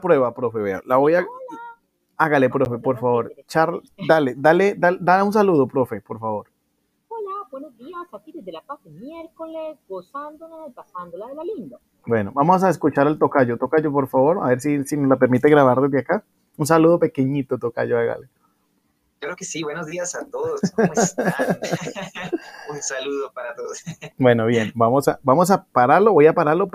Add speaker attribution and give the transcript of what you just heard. Speaker 1: prueba, profe, vea. La voy a. Hágale, profe, por favor. Charl, dale, dale, dale, dale un saludo, profe, por favor.
Speaker 2: Hola, buenos días, aquí desde La Paz, miércoles, gozándola y pasándola de la lindo.
Speaker 1: Bueno, vamos a escuchar al tocayo. Tocayo, por favor, a ver si, si nos la permite grabar desde acá. Un saludo pequeñito, tocayo, hágale.
Speaker 3: Claro que sí, buenos días a todos. ¿Cómo están? Un saludo para todos.
Speaker 1: Bueno, bien, vamos a, vamos a pararlo, voy a pararlo para.